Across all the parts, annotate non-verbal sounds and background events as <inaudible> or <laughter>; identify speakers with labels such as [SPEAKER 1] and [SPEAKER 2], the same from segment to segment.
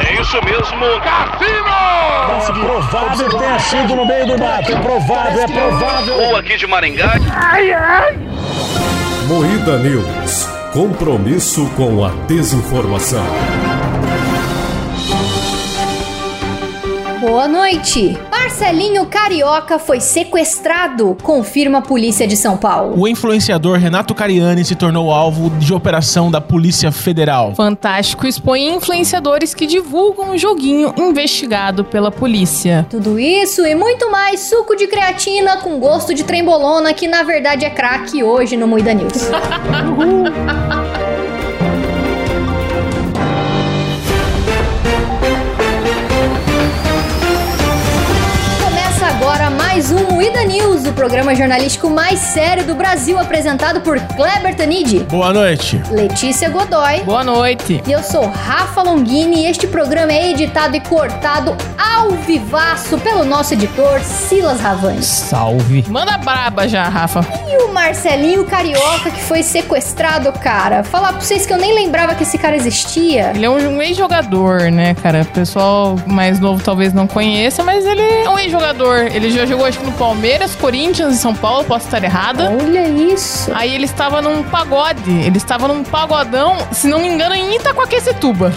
[SPEAKER 1] É isso mesmo, Cassino!
[SPEAKER 2] Mas provável que tenha sido no meio do mato. É provável, é provável.
[SPEAKER 3] um
[SPEAKER 1] Ou aqui de Maringá.
[SPEAKER 4] Moída News. Compromisso com a desinformação.
[SPEAKER 5] Boa noite. Marcelinho Carioca foi sequestrado, confirma a polícia de São Paulo.
[SPEAKER 6] O influenciador Renato Cariani se tornou alvo de operação da Polícia Federal.
[SPEAKER 7] Fantástico expõe influenciadores que divulgam o joguinho investigado pela polícia.
[SPEAKER 5] Tudo isso e muito mais suco de creatina com gosto de trembolona que na verdade é crack hoje no Moída News. Começa agora mais um Moída News, o programa jornalístico mais sério do Brasil, apresentado por Kleber Tanid,
[SPEAKER 6] Boa noite.
[SPEAKER 5] Letícia Godoy
[SPEAKER 7] Boa noite.
[SPEAKER 5] e eu sou Rafa Longini. E este programa é editado e cortado ao vivaço pelo nosso editor Silas Ravani.
[SPEAKER 3] Salve.
[SPEAKER 7] Manda braba já, Rafa.
[SPEAKER 5] E o Marcelinho Carioca que foi sequestrado, cara. Falar pra vocês que eu nem lembrava que esse cara existia.
[SPEAKER 7] Ele é um, um ex-jogador, né, cara? O pessoal mais novo talvez não conheça, mas ele é um ex-jogador. Ele já jogou, acho que no Palmeiras, Corinthians e São Paulo, posso estar errada.
[SPEAKER 5] Olha isso.
[SPEAKER 7] Aí ele estava num pagode. Ele estava num pagodão, se não me engano, em Itaquaquecetuba.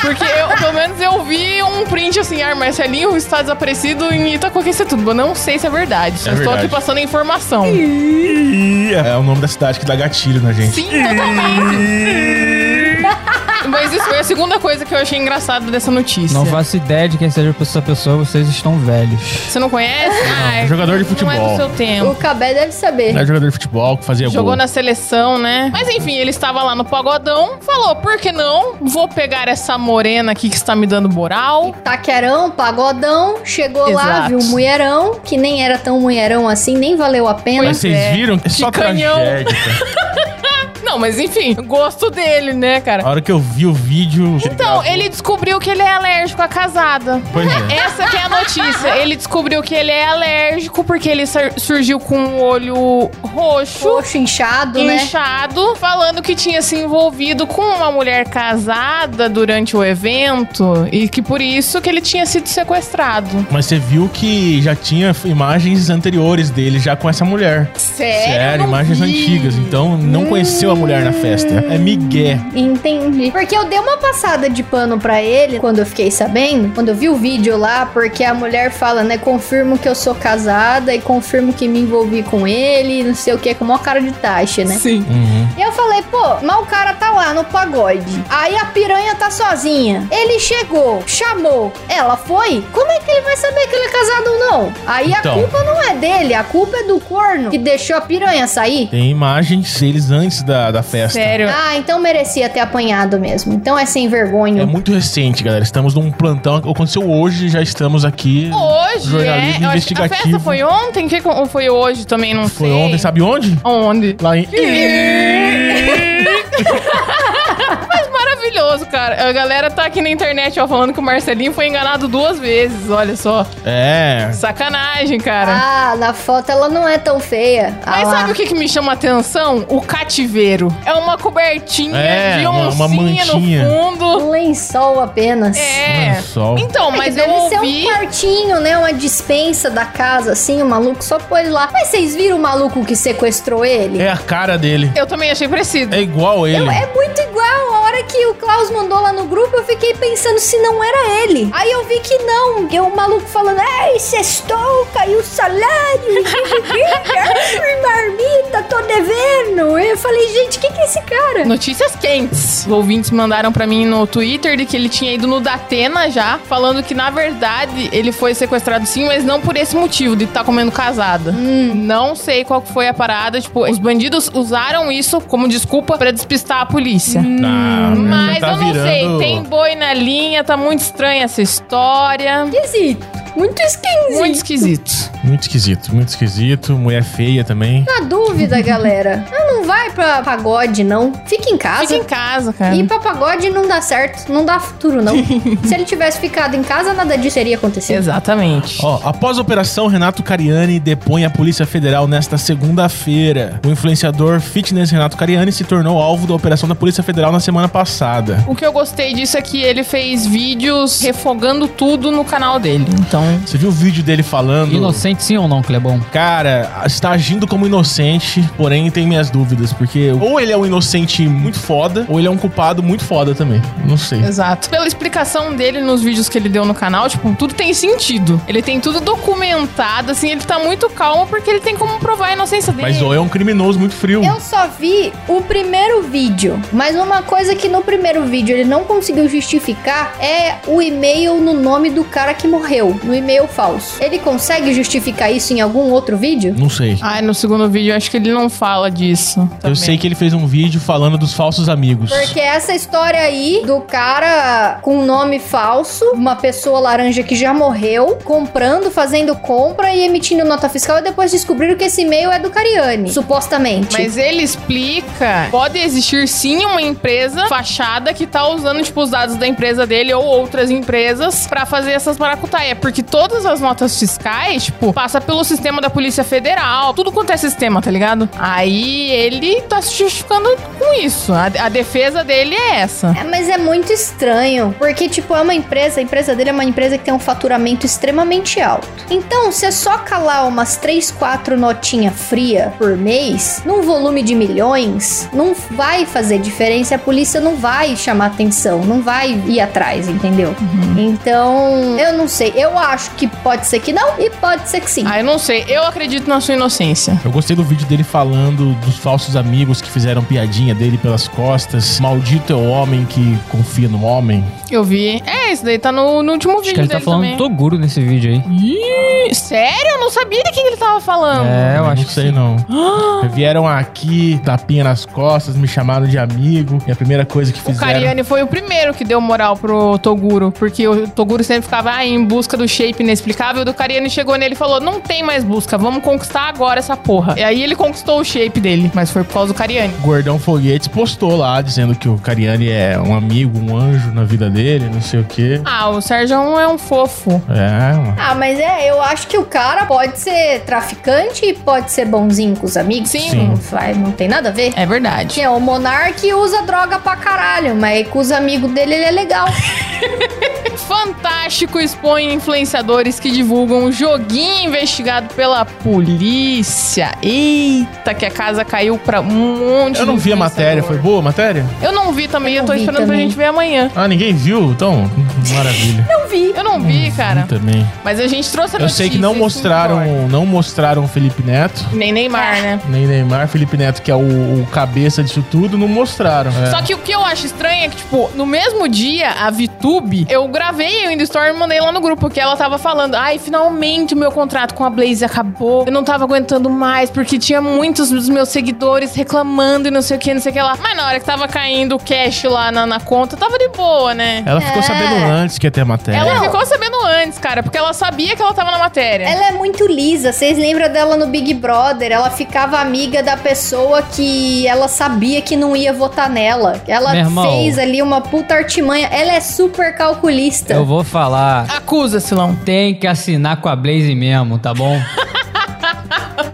[SPEAKER 7] Porque eu, pelo menos eu vi um print assim, ah, Marcelinho está desaparecido em Itaquaquecetuba. Não sei se é verdade. Só estou
[SPEAKER 6] verdade.
[SPEAKER 7] aqui passando a informação.
[SPEAKER 6] É o nome da cidade que dá gatilho na gente.
[SPEAKER 7] Sim, totalmente. Mas isso foi a segunda coisa que eu achei engraçada dessa notícia.
[SPEAKER 3] Não faço ideia de quem seja essa pessoa, vocês estão velhos.
[SPEAKER 7] Você não conhece? Ah, é-
[SPEAKER 6] Jogador de
[SPEAKER 7] Não é do
[SPEAKER 6] futebol.
[SPEAKER 7] seu tempo.
[SPEAKER 5] O Cabé deve saber.
[SPEAKER 6] Era é jogador de futebol que fazia
[SPEAKER 7] Jogou
[SPEAKER 6] gol.
[SPEAKER 7] na seleção, né? Mas enfim, ele estava lá no pagodão, falou: por que não? Vou pegar essa morena aqui que está me dando moral.
[SPEAKER 5] Taquerão, pagodão, chegou lá,
[SPEAKER 7] Exato.
[SPEAKER 5] viu um mulherão, que nem era tão mulherão assim, nem valeu a pena.
[SPEAKER 6] Mas vocês
[SPEAKER 7] é.
[SPEAKER 6] viram? É só
[SPEAKER 7] Chicanhão.
[SPEAKER 6] tragédia. cara.
[SPEAKER 7] Não, mas enfim, <laughs> gosto dele, né, cara?
[SPEAKER 6] A hora que eu vi o vídeo.
[SPEAKER 7] Então, ele descobriu que ele é alérgico à casada.
[SPEAKER 6] Pois é.
[SPEAKER 7] Essa que é a notícia. Ele descobriu que ele é alérgico porque ele sur- surgiu com o olho roxo.
[SPEAKER 5] Coxo inchado, né?
[SPEAKER 7] inchado, falando que tinha se envolvido com uma mulher casada durante o evento e que por isso que ele tinha sido sequestrado.
[SPEAKER 6] Mas você viu que já tinha imagens anteriores dele já com essa mulher.
[SPEAKER 5] Sério?
[SPEAKER 7] É, não
[SPEAKER 6] imagens
[SPEAKER 7] vi.
[SPEAKER 6] antigas. Então não conheceu a mulher na festa. É Miguel.
[SPEAKER 5] Entendi. Porque eu dei uma passada de pano pra ele quando eu fiquei sabendo, quando eu vi o vídeo lá, porque a mulher fala, né? Confirmo que eu sou casada e confirmo que me envolvi com ele, não sei o que, com a maior cara de taxa, né?
[SPEAKER 7] Sim.
[SPEAKER 5] E eu falei, pô, mas o cara tá lá no pagode. Aí a piranha tá sozinha. Ele chegou, chamou, ela foi. Como é que ele vai saber que ele é casado ou não? Aí
[SPEAKER 6] Então.
[SPEAKER 5] a culpa não é dele, a culpa é do corno que deixou a piranha sair.
[SPEAKER 6] Tem imagens deles antes da, da festa.
[SPEAKER 7] Sério.
[SPEAKER 5] Ah, então merecia ter apanhado mesmo. Então é sem vergonha.
[SPEAKER 6] É muito recente, galera. Estamos num plantão. Aconteceu hoje, já estamos aqui.
[SPEAKER 7] Hoje, é.
[SPEAKER 6] Jornalismo
[SPEAKER 7] Eu acho que a
[SPEAKER 6] investigativo.
[SPEAKER 7] festa foi ontem? Que, ou foi hoje também? Não
[SPEAKER 6] Foi
[SPEAKER 7] sei.
[SPEAKER 6] ontem, sabe onde?
[SPEAKER 7] Onde?
[SPEAKER 6] Lá em.
[SPEAKER 7] Maravilhoso, cara. A galera tá aqui na internet, ó, falando que o Marcelinho foi enganado duas vezes. Olha só.
[SPEAKER 6] É.
[SPEAKER 7] Sacanagem, cara.
[SPEAKER 5] Ah, na foto ela não é tão feia. Ah
[SPEAKER 7] Mas
[SPEAKER 5] lá.
[SPEAKER 7] sabe o que, que me chama a atenção? O cativeiro. É uma cobertinha
[SPEAKER 6] É,
[SPEAKER 7] de
[SPEAKER 6] uma-
[SPEAKER 7] oncinha
[SPEAKER 6] uma mantinha.
[SPEAKER 7] no fundo.
[SPEAKER 5] Um lençol apenas.
[SPEAKER 7] É.
[SPEAKER 6] Olha só.
[SPEAKER 7] Então,
[SPEAKER 5] É que
[SPEAKER 7] mas eu
[SPEAKER 5] deve ser
[SPEAKER 7] ouvi.
[SPEAKER 5] um quartinho, né? Uma dispensa da casa, assim, o maluco só pôs lá. Mas vocês viram o maluco que sequestrou ele?
[SPEAKER 6] É a cara dele.
[SPEAKER 7] Eu também achei parecido.
[SPEAKER 6] É igual ele.
[SPEAKER 5] É muito igual. A hora que o Klaus mandou lá no grupo, eu fiquei pensando se não era ele. Aí eu vi que não. E o maluco falando, ei, sextou, caiu o salário. <laughs> ai, Marmita, tô devendo. Eu falei, gente, quem que é esse cara?
[SPEAKER 7] Notícias quentes. Ouvintes mandaram pra mim no Twitter de que ele tinha ido no Datena já, falando que na verdade ele foi sequestrado sim, mas não por esse motivo de estar comendo casada.
[SPEAKER 5] Hum.
[SPEAKER 7] Não sei qual que foi a parada, tipo, os bandidos usaram isso como desculpa pra despistar a polícia.
[SPEAKER 5] Hum.
[SPEAKER 6] Ah,
[SPEAKER 7] Mas
[SPEAKER 6] já tá
[SPEAKER 7] eu não sei,
[SPEAKER 6] virando-
[SPEAKER 7] tem boi na linha, tá muito estranha essa história.
[SPEAKER 5] Esquisito. Muito esquisito.
[SPEAKER 7] Muito esquisito.
[SPEAKER 6] Muito esquisito, muito esquisito. Mulher feia também.
[SPEAKER 5] Na
[SPEAKER 7] <laughs>
[SPEAKER 5] dúvida, galera, ah, não vai pra pagode, não. Fica em casa.
[SPEAKER 7] Fica em casa, cara.
[SPEAKER 5] E ir pra pagode não dá certo, não dá futuro,
[SPEAKER 7] <laughs>
[SPEAKER 5] não. Se ele tivesse ficado em casa, nada disso teria acontecido.
[SPEAKER 7] Exatamente.
[SPEAKER 6] Ó, após a operação, Renato Cariani depõe a Polícia Federal nesta segunda-feira. O influenciador fitness Renato Cariani se tornou alvo da operação da Polícia Federal na semana passada.
[SPEAKER 7] O que eu gostei disso é que ele fez vídeos refogando tudo no canal dele. Então,
[SPEAKER 6] Você viu o vídeo dele falando?
[SPEAKER 3] Inocente sim ou não, é Clebão?
[SPEAKER 6] Cara, está agindo como inocente, porém tem minhas dúvidas, porque ou ele é um inocente muito foda, ou ele é um culpado muito foda também. Não sei.
[SPEAKER 7] exato. Pela explicação dele nos vídeos que ele deu no canal, tipo, tudo tem sentido. Ele tem tudo documentado, assim, ele tá muito calmo porque ele tem como provar a inocência dele.
[SPEAKER 6] Mas ou é um criminoso muito frio.
[SPEAKER 5] Eu só vi o primeiro vídeo, mas uma coisa que no primeiro vídeo ele não conseguiu justificar é o e-mail no nome do cara que morreu, no e-mail falso. Ele consegue justificar isso em algum outro vídeo?
[SPEAKER 6] Não sei.
[SPEAKER 7] Ai, no segundo vídeo eu acho que ele não fala disso.
[SPEAKER 6] Eu sei que ele fez um vídeo falando dos falsos amigos.
[SPEAKER 5] Porque essa história aí do cara com um nome falso, uma pessoa laranja que já morreu, comprando, fazendo compra e emitindo nota fiscal e depois descobriram que esse e-mail é do Cariani, supostamente.
[SPEAKER 3] Tipo-
[SPEAKER 7] Mas ele explica, pode existir sim uma empresa fachada que tá usando tipo os dados da empresa dele ou outras empresas pra fazer essas maracutaias, porque todas as notas fiscais, tipo, passa pelo sistema da Polícia Federal, tudo quanto é sistema, tá ligado? Aí ele tá se justificando com isso. A, a defesa dele é essa.
[SPEAKER 5] É, mas é muito estranho, porque, tipo, é uma empresa, a empresa dele é uma empresa que tem um faturamento extremamente alto. Então, se é só calar umas 3, 4 notinha fria por mês, num volume de milhões, não vai fazer diferença, a polícia não vai chamar atenção, não vai ir atrás, entendeu? Então, eu não sei, eu acho que pode ser que não e pode ser que sim.
[SPEAKER 7] Ah, eu não sei, eu acredito na sua inocência.
[SPEAKER 6] Eu gostei do vídeo dele falando dos falsos amigos que fizeram piadinha dele pelas costas. Maldito é o homem que confia no homem.
[SPEAKER 7] Eu vi. É, isso daí tá no, no último
[SPEAKER 3] Acho
[SPEAKER 7] vídeo
[SPEAKER 3] que ele tá
[SPEAKER 7] dele
[SPEAKER 3] falando
[SPEAKER 7] também. Então.
[SPEAKER 3] Toguro nesse vídeo aí.
[SPEAKER 7] Ih, sério? Eu não sabia de quem ele tava falando.
[SPEAKER 3] É, eu
[SPEAKER 6] não
[SPEAKER 3] acho que
[SPEAKER 6] sei
[SPEAKER 3] sim.
[SPEAKER 6] não. Vieram aqui, tapinha nas costas, me chamaram de amigo. E a primeira coisa que
[SPEAKER 7] O
[SPEAKER 6] fizeram.
[SPEAKER 7] Cariani foi o primeiro que deu moral pro Toguro, porque o Toguro sempre ficava ah, em busca do shape inexplicável. O Cariani chegou nele e falou: não tem mais busca, vamos conquistar agora essa porra. E aí ele conquistou o shape dele, mas foi por causa do Cariani.
[SPEAKER 6] Gordão Foguetes postou lá dizendo que o Cariani é um amigo, um anjo na vida dele, não sei o quê.
[SPEAKER 7] Ah, o Sérgio é um fofo.
[SPEAKER 6] É, mano.
[SPEAKER 5] Ah, mas é, eu acho que o cara pode ser traficante e pode ser bonzinho com os amigos.
[SPEAKER 7] Sim.
[SPEAKER 6] Sim.
[SPEAKER 5] Não, vai, não tem nada a ver.
[SPEAKER 7] É verdade.
[SPEAKER 5] Que é o Monark usa droga pra caralho, mas com os amigos dele ele é legal.
[SPEAKER 7] Fantástico expõe influenciadores que divulgam um joguinho investigado pela polícia. Eita, que a casa caiu pra um monte
[SPEAKER 6] Eu não
[SPEAKER 7] de
[SPEAKER 6] vi a
[SPEAKER 7] influenciador.
[SPEAKER 6] matéria, foi boa a matéria?
[SPEAKER 7] Eu não vi também, eu,
[SPEAKER 5] não
[SPEAKER 7] tô
[SPEAKER 5] vi
[SPEAKER 7] esperando pra
[SPEAKER 5] também.
[SPEAKER 7] gente ver amanhã.
[SPEAKER 6] Ah, ninguém viu? Então, maravilha.
[SPEAKER 5] Não vi.
[SPEAKER 7] Eu não vi,
[SPEAKER 6] Hum.
[SPEAKER 7] cara.
[SPEAKER 6] Também.
[SPEAKER 7] Mas a gente trouxe a
[SPEAKER 6] Eu sei que
[SPEAKER 7] notícia,
[SPEAKER 6] não
[SPEAKER 7] isso importa.
[SPEAKER 6] mostraram, não mostraram o Felipe Neto.
[SPEAKER 7] Nem
[SPEAKER 5] É.
[SPEAKER 7] Neymar, né?
[SPEAKER 6] Nem Neymar, Felipe Neto, que é o, o cabeça disso tudo, não mostraram. É.
[SPEAKER 7] Só que o que eu acho estranho é que, tipo, no mesmo dia, a VTube, eu gravei o Indie Story e mandei lá no grupo, que ela tava falando, ai, finalmente o meu contrato com a Blaze acabou, eu não tava aguentando mais, porque tinha muitos dos meus seguidores reclamando e não sei o que, não sei o que lá. Mas na hora que tava caindo o cash lá na, na conta, tava de boa, né?
[SPEAKER 6] Ela ficou
[SPEAKER 5] É.
[SPEAKER 6] sabendo antes que ia ter a matéria.
[SPEAKER 7] Ela é
[SPEAKER 5] Não.
[SPEAKER 7] ficou sabendo antes, cara, porque ela sabia que ela tava na matéria.
[SPEAKER 5] Ela é muito lisa, vocês lembram dela no Big Brother? Ela ficava amiga da pessoa que ela sabia que não ia votar nela. Ela
[SPEAKER 3] Meu irmão.
[SPEAKER 5] fez ali uma puta artimanha. Ela é super calculista.
[SPEAKER 3] Eu vou falar.
[SPEAKER 7] Acusa, Silão.
[SPEAKER 3] Tem que assinar com a Blaze mesmo, tá bom?
[SPEAKER 7] <laughs>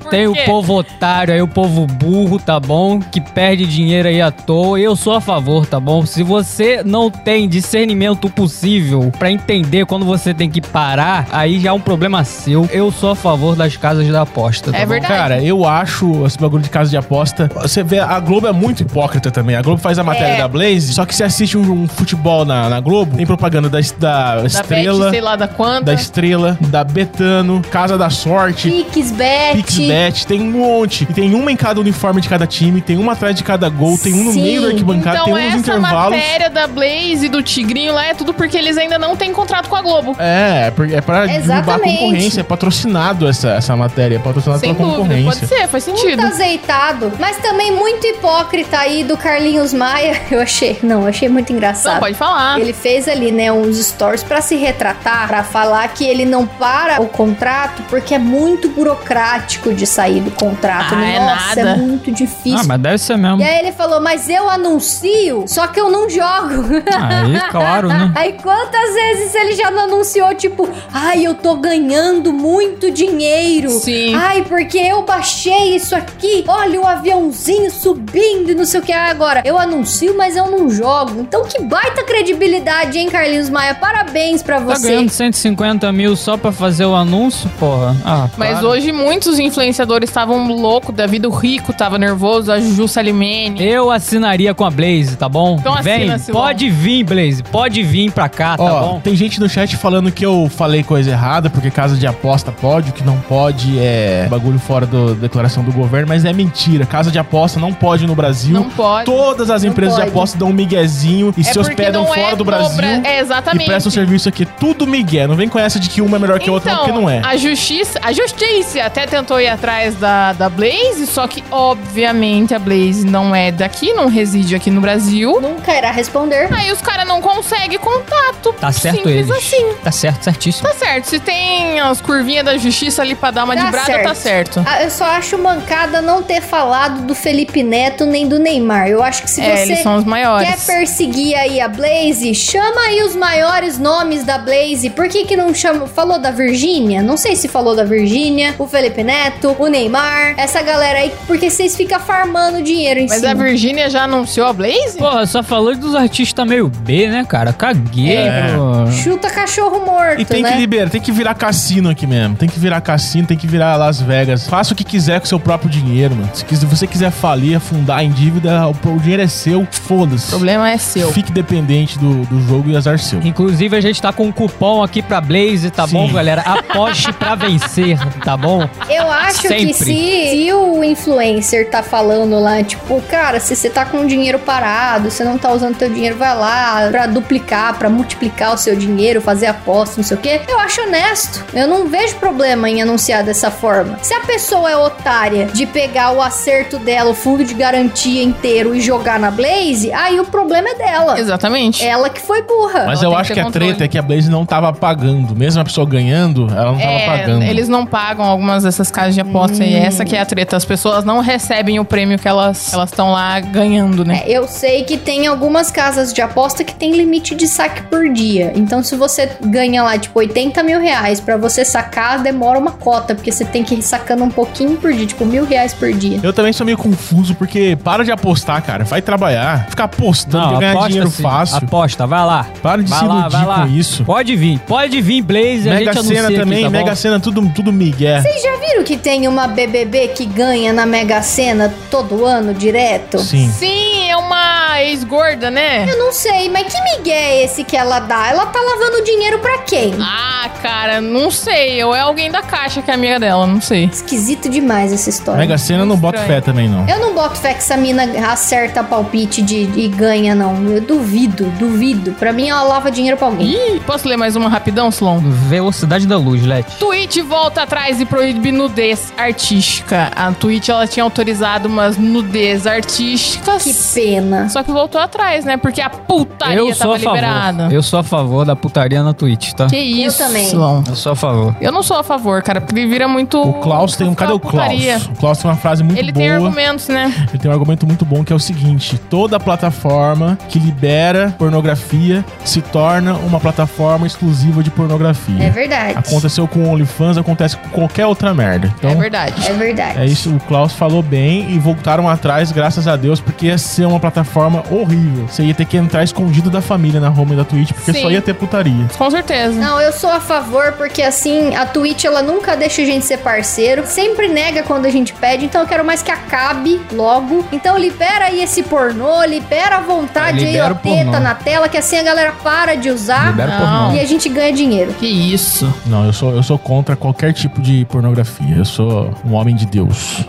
[SPEAKER 7] Por
[SPEAKER 3] Tem o
[SPEAKER 7] quê?
[SPEAKER 3] povo otário aí, o povo burro, tá bom? Que perde dinheiro aí à toa. Eu sou a favor, tá bom? Se você não tem discernimento possível pra entender quando você tem que parar, aí já é um problema seu. Eu sou a favor das casas da aposta, tá
[SPEAKER 7] É
[SPEAKER 3] bom?
[SPEAKER 7] verdade.
[SPEAKER 6] Cara, eu acho esse bagulho de casa de aposta. Você vê, a Globo é muito hipócrita também. A Globo faz a matéria
[SPEAKER 7] É.
[SPEAKER 6] da Blaze, só que você assiste um, um futebol na, na Globo, tem propaganda da, es- da
[SPEAKER 7] Da Beth,
[SPEAKER 6] Estrela,
[SPEAKER 7] sei lá da quanta.
[SPEAKER 6] da Estrela, da Betano, Casa da Sorte,
[SPEAKER 5] Pixbet.
[SPEAKER 7] é
[SPEAKER 6] Pixbet, basquete, tem um monte. E tem uma em cada uniforme de cada time, tem uma atrás de cada gol, tem um no
[SPEAKER 5] Sim.
[SPEAKER 6] meio da arquibancada,
[SPEAKER 7] Então,
[SPEAKER 6] tem um nos
[SPEAKER 7] essa
[SPEAKER 6] intervalos.
[SPEAKER 7] matéria da Blaze e do Tigrinho lá é tudo porque eles ainda não têm contrato com a Globo.
[SPEAKER 6] É, é por- é pra derrubar a
[SPEAKER 5] Exatamente.
[SPEAKER 6] concorrência. É patrocinado essa, essa matéria, é patrocinado
[SPEAKER 7] Sem
[SPEAKER 6] pela
[SPEAKER 7] dúvida, pode
[SPEAKER 6] concorrência.
[SPEAKER 7] ser, faz
[SPEAKER 5] Muito
[SPEAKER 7] sentido.
[SPEAKER 5] azeitado, mas também muito hipócrita aí do Carlinhos Maia. <laughs> Eu achei, não, eu achei muito engraçado.
[SPEAKER 7] Não, pode falar.
[SPEAKER 5] Ele fez ali, né, uns stories pra se retratar, pra falar que ele não para o contrato porque é muito burocrático de sair do contrato. né?
[SPEAKER 7] Ah, é
[SPEAKER 5] Nossa,
[SPEAKER 7] nada.
[SPEAKER 5] muito difícil.
[SPEAKER 3] Ah, mas deve ser
[SPEAKER 7] <laughs>
[SPEAKER 3] mesmo.
[SPEAKER 5] E aí ele falou, mas eu anuncio, só que eu não jogo.
[SPEAKER 3] Aí, claro, né?
[SPEAKER 5] Aí quantas vezes ele já não anunciou, tipo, ai, eu tô ganhando muito dinheiro.
[SPEAKER 7] Sim.
[SPEAKER 5] Ai, porque eu baixei isso aqui. Olha o aviãozinho subindo e não sei o que. Ah, agora, eu anuncio, mas eu não jogo. Então que baita credibilidade, hein, Carlinhos Maia? Parabéns pra
[SPEAKER 3] Tá
[SPEAKER 5] você.
[SPEAKER 3] ganhando 150 mil só pra fazer o anúncio, porra. Ah,
[SPEAKER 7] Mas
[SPEAKER 3] para.
[SPEAKER 7] hoje muitos influenciadores estavam loucos da vida, o Rico tava nervoso, a Juju Salimene.
[SPEAKER 3] Eu assinaria com a Blaze, tá bom?
[SPEAKER 7] Então
[SPEAKER 3] Vem,
[SPEAKER 7] assina, Silão.
[SPEAKER 3] pode vir, Blaze. Pode vir
[SPEAKER 7] <laughs>
[SPEAKER 3] pra cá, tá
[SPEAKER 6] Ó,
[SPEAKER 3] bom?
[SPEAKER 6] tem gente no chat falando que eu falei coisa errada, porque casa de aposta pode, o que não pode é bagulho fora do- da declaração do governo, mas é mentira. Casa de aposta não pode no Brasil.
[SPEAKER 7] Não pode.
[SPEAKER 6] Todas as
[SPEAKER 5] Não
[SPEAKER 6] empresas
[SPEAKER 5] pode.
[SPEAKER 6] de aposta dão um miguezinho e
[SPEAKER 7] É
[SPEAKER 6] se
[SPEAKER 7] porque
[SPEAKER 6] hospedam
[SPEAKER 7] não é
[SPEAKER 6] fora do
[SPEAKER 7] do
[SPEAKER 6] Brasil.
[SPEAKER 7] Bra- É, exatamente.
[SPEAKER 6] E prestam serviço aqui. Tudo migué. Não vem com essa de que uma é melhor que a outra, não, porque não é.
[SPEAKER 7] Então, A justiça, a justiça até tentou ir atrás da, da Blaze, só que obviamente a Blaze não é daqui, não reside aqui no Brasil.
[SPEAKER 5] Nunca irá responder.
[SPEAKER 7] Aí os caras não conseguem contato.
[SPEAKER 3] Tá certo
[SPEAKER 7] Simples
[SPEAKER 3] eles.
[SPEAKER 7] assim.
[SPEAKER 3] Tá certo, certíssimo.
[SPEAKER 7] Tá certo. Se tem as curvinhas da justiça ali pra dar uma
[SPEAKER 5] Tá
[SPEAKER 7] de brada, tá certo.
[SPEAKER 5] Ah, eu só acho mancada não ter falado do Felipe Neto nem do Neymar. Eu acho que se
[SPEAKER 7] é,
[SPEAKER 5] você
[SPEAKER 7] eles são os
[SPEAKER 5] Quer
[SPEAKER 7] maiores.
[SPEAKER 5] perseguir aí a Blaze? Chama aí os maiores nomes da Blaze. Por que que não chama? Falou da Virgínia? Não sei se falou da Virgínia, o Felipe Neto, o Neymar, essa galera aí, porque vocês ficam farmando dinheiro em
[SPEAKER 7] Mas
[SPEAKER 5] cima.
[SPEAKER 7] a Virgínia já anunciou a Blaze?
[SPEAKER 3] Porra, só falou dos artistas meio B, né, cara? Caguei,
[SPEAKER 6] É.
[SPEAKER 3] bro.
[SPEAKER 5] Chuta cachorro morto,
[SPEAKER 6] E tem
[SPEAKER 5] né?
[SPEAKER 6] que liberar, tem que virar cassino aqui mesmo. Tem que virar cassino, tem que virar Las Vegas. Faça o que quiser com o seu próprio dinheiro, mano. Se quis- se você quiser falir, afundar em dívida, o, o dinheiro é seu,
[SPEAKER 7] O
[SPEAKER 6] foda-se.
[SPEAKER 7] problema é seu.
[SPEAKER 6] Fique dependente do, do jogo e azar seu.
[SPEAKER 3] Inclusive, a gente tá com um cupom aqui pra Blaze, tá
[SPEAKER 6] Sim.
[SPEAKER 3] bom, galera? Aposte pra vencer, tá bom?
[SPEAKER 5] Eu acho que
[SPEAKER 3] Sempre.
[SPEAKER 5] se, se o influencer tá falando lá, tipo, cara, se você tá com o dinheiro parado, você não tá usando teu dinheiro, vai lá pra duplicar, pra multiplicar o seu dinheiro, fazer aposta, não sei o quê. Eu acho honesto. Eu não vejo problema em anunciar dessa forma. Se a pessoa é otária de pegar o acerto dela, o fundo de garantia inteiro e jogar na Blaze, aí o problema é dela.
[SPEAKER 7] Exatamente.
[SPEAKER 5] Ela que foi burra.
[SPEAKER 6] Mas
[SPEAKER 7] Ela tem que
[SPEAKER 6] eu acho
[SPEAKER 7] ter
[SPEAKER 6] que a
[SPEAKER 7] controle.
[SPEAKER 6] treta é que a Blaze não tava pagando. Mesmo a pessoa ganhando, ela não tava
[SPEAKER 7] É,
[SPEAKER 6] pagando.
[SPEAKER 7] eles não pagam algumas dessas casas de aposta e essa que é a treta. As pessoas não recebem o prêmio que elas elas estão lá ganhando, né?
[SPEAKER 5] É, eu sei que tem algumas casas de aposta que tem limite de saque por dia. Então, se você ganha lá, tipo, 80 mil reais pra você sacar, demora uma cota, porque você tem que ir sacando um pouquinho por dia, tipo, mil reais por dia.
[SPEAKER 6] Eu também sou meio confuso, porque para de apostar, cara. Vai trabalhar. Ficar apostando,
[SPEAKER 3] Não,
[SPEAKER 6] quer ganhar dinheiro
[SPEAKER 3] sim.
[SPEAKER 6] fácil.
[SPEAKER 3] Aposta, vai lá.
[SPEAKER 6] Para de
[SPEAKER 3] vai
[SPEAKER 6] se
[SPEAKER 3] lá,
[SPEAKER 6] iludir
[SPEAKER 3] vai lá.
[SPEAKER 6] com isso.
[SPEAKER 3] Pode vir, pode vir, Blaze. a
[SPEAKER 6] Mega
[SPEAKER 3] gente anuncia
[SPEAKER 6] Sena
[SPEAKER 3] aqui,
[SPEAKER 6] também,
[SPEAKER 3] tá bom?
[SPEAKER 6] Mega Sena, tudo, tudo migué.
[SPEAKER 5] Vocês já viram que tem uma BBB que ganha na Mega Sena todo ano, direto?
[SPEAKER 6] Sim.
[SPEAKER 7] Sim, é uma ex-gorda, né?
[SPEAKER 5] Eu não sei, mas que migué é esse que ela dá? Ela tá lavando dinheiro pra quem?
[SPEAKER 7] Ah, cara, não sei. Ou é alguém da caixa que é amiga dela, não sei.
[SPEAKER 5] Esquisito demais essa história.
[SPEAKER 6] Mega Sena não bota
[SPEAKER 7] Estranho.
[SPEAKER 6] fé também, não.
[SPEAKER 5] Eu não boto fé que essa mina acerta palpite de, e ganha, não. Eu duvido, duvido. Pra mim, ela lava dinheiro pra alguém.
[SPEAKER 7] Ih, posso ler mais uma rapidão, Slon?
[SPEAKER 3] Velocidade da luz, Let.
[SPEAKER 7] Twitch volta atrás e proíbe nudez artística. A Twitch, ela tinha autorizado umas nudez artísticas.
[SPEAKER 5] Que pena.
[SPEAKER 7] Só que voltou atrás, né? Porque a putaria
[SPEAKER 3] Eu sou
[SPEAKER 7] tava
[SPEAKER 3] a favor.
[SPEAKER 7] liberada.
[SPEAKER 3] Eu sou a favor da putaria na Twitch, tá?
[SPEAKER 7] Que isso,
[SPEAKER 5] também.
[SPEAKER 7] Slon.
[SPEAKER 3] Eu sou a favor.
[SPEAKER 7] Eu não sou a favor, cara, porque ele vira muito.
[SPEAKER 6] O Klaus tem um. Cadê o
[SPEAKER 7] putaria.
[SPEAKER 6] Klaus? O Klaus tem uma frase muito
[SPEAKER 7] Ele
[SPEAKER 6] boa.
[SPEAKER 7] tem argumentos, né?
[SPEAKER 6] Ele tem um argumento muito bom que é o seguinte: toda plataforma que libera pornografia se torna uma plataforma exclusiva de
[SPEAKER 5] É
[SPEAKER 6] pornografia.
[SPEAKER 5] verdade.
[SPEAKER 6] Aconteceu com o OnlyFans, acontece com qualquer outra merda. Então,
[SPEAKER 7] é verdade.
[SPEAKER 5] É verdade.
[SPEAKER 6] é isso, o Klaus falou bem e voltaram atrás, graças a Deus, porque ia ser um uma plataforma horrível. Você ia ter que entrar escondido da família na home da Twitch, porque
[SPEAKER 7] Sim.
[SPEAKER 6] só ia ter putaria.
[SPEAKER 7] Com certeza.
[SPEAKER 5] Não, eu sou a favor, porque assim, a Twitch ela nunca deixa a gente ser parceiro, sempre nega quando a gente pede, então eu quero mais que acabe logo. Então libera aí esse pornô, libera à vontade aí,
[SPEAKER 3] É, Libera
[SPEAKER 5] ó,
[SPEAKER 3] o pornô.
[SPEAKER 5] teta na tela, que assim a galera para de usar
[SPEAKER 3] Libera
[SPEAKER 7] Não.
[SPEAKER 3] o pornô.
[SPEAKER 5] e a gente ganha dinheiro.
[SPEAKER 7] Que isso. <laughs>
[SPEAKER 6] Não, eu sou, eu sou contra qualquer tipo de pornografia. Eu sou um homem de Deus.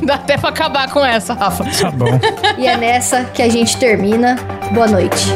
[SPEAKER 7] Dá até pra acabar com essa, Rafa.
[SPEAKER 6] Tá bom.
[SPEAKER 5] e é nessa que a gente termina. Boa noite.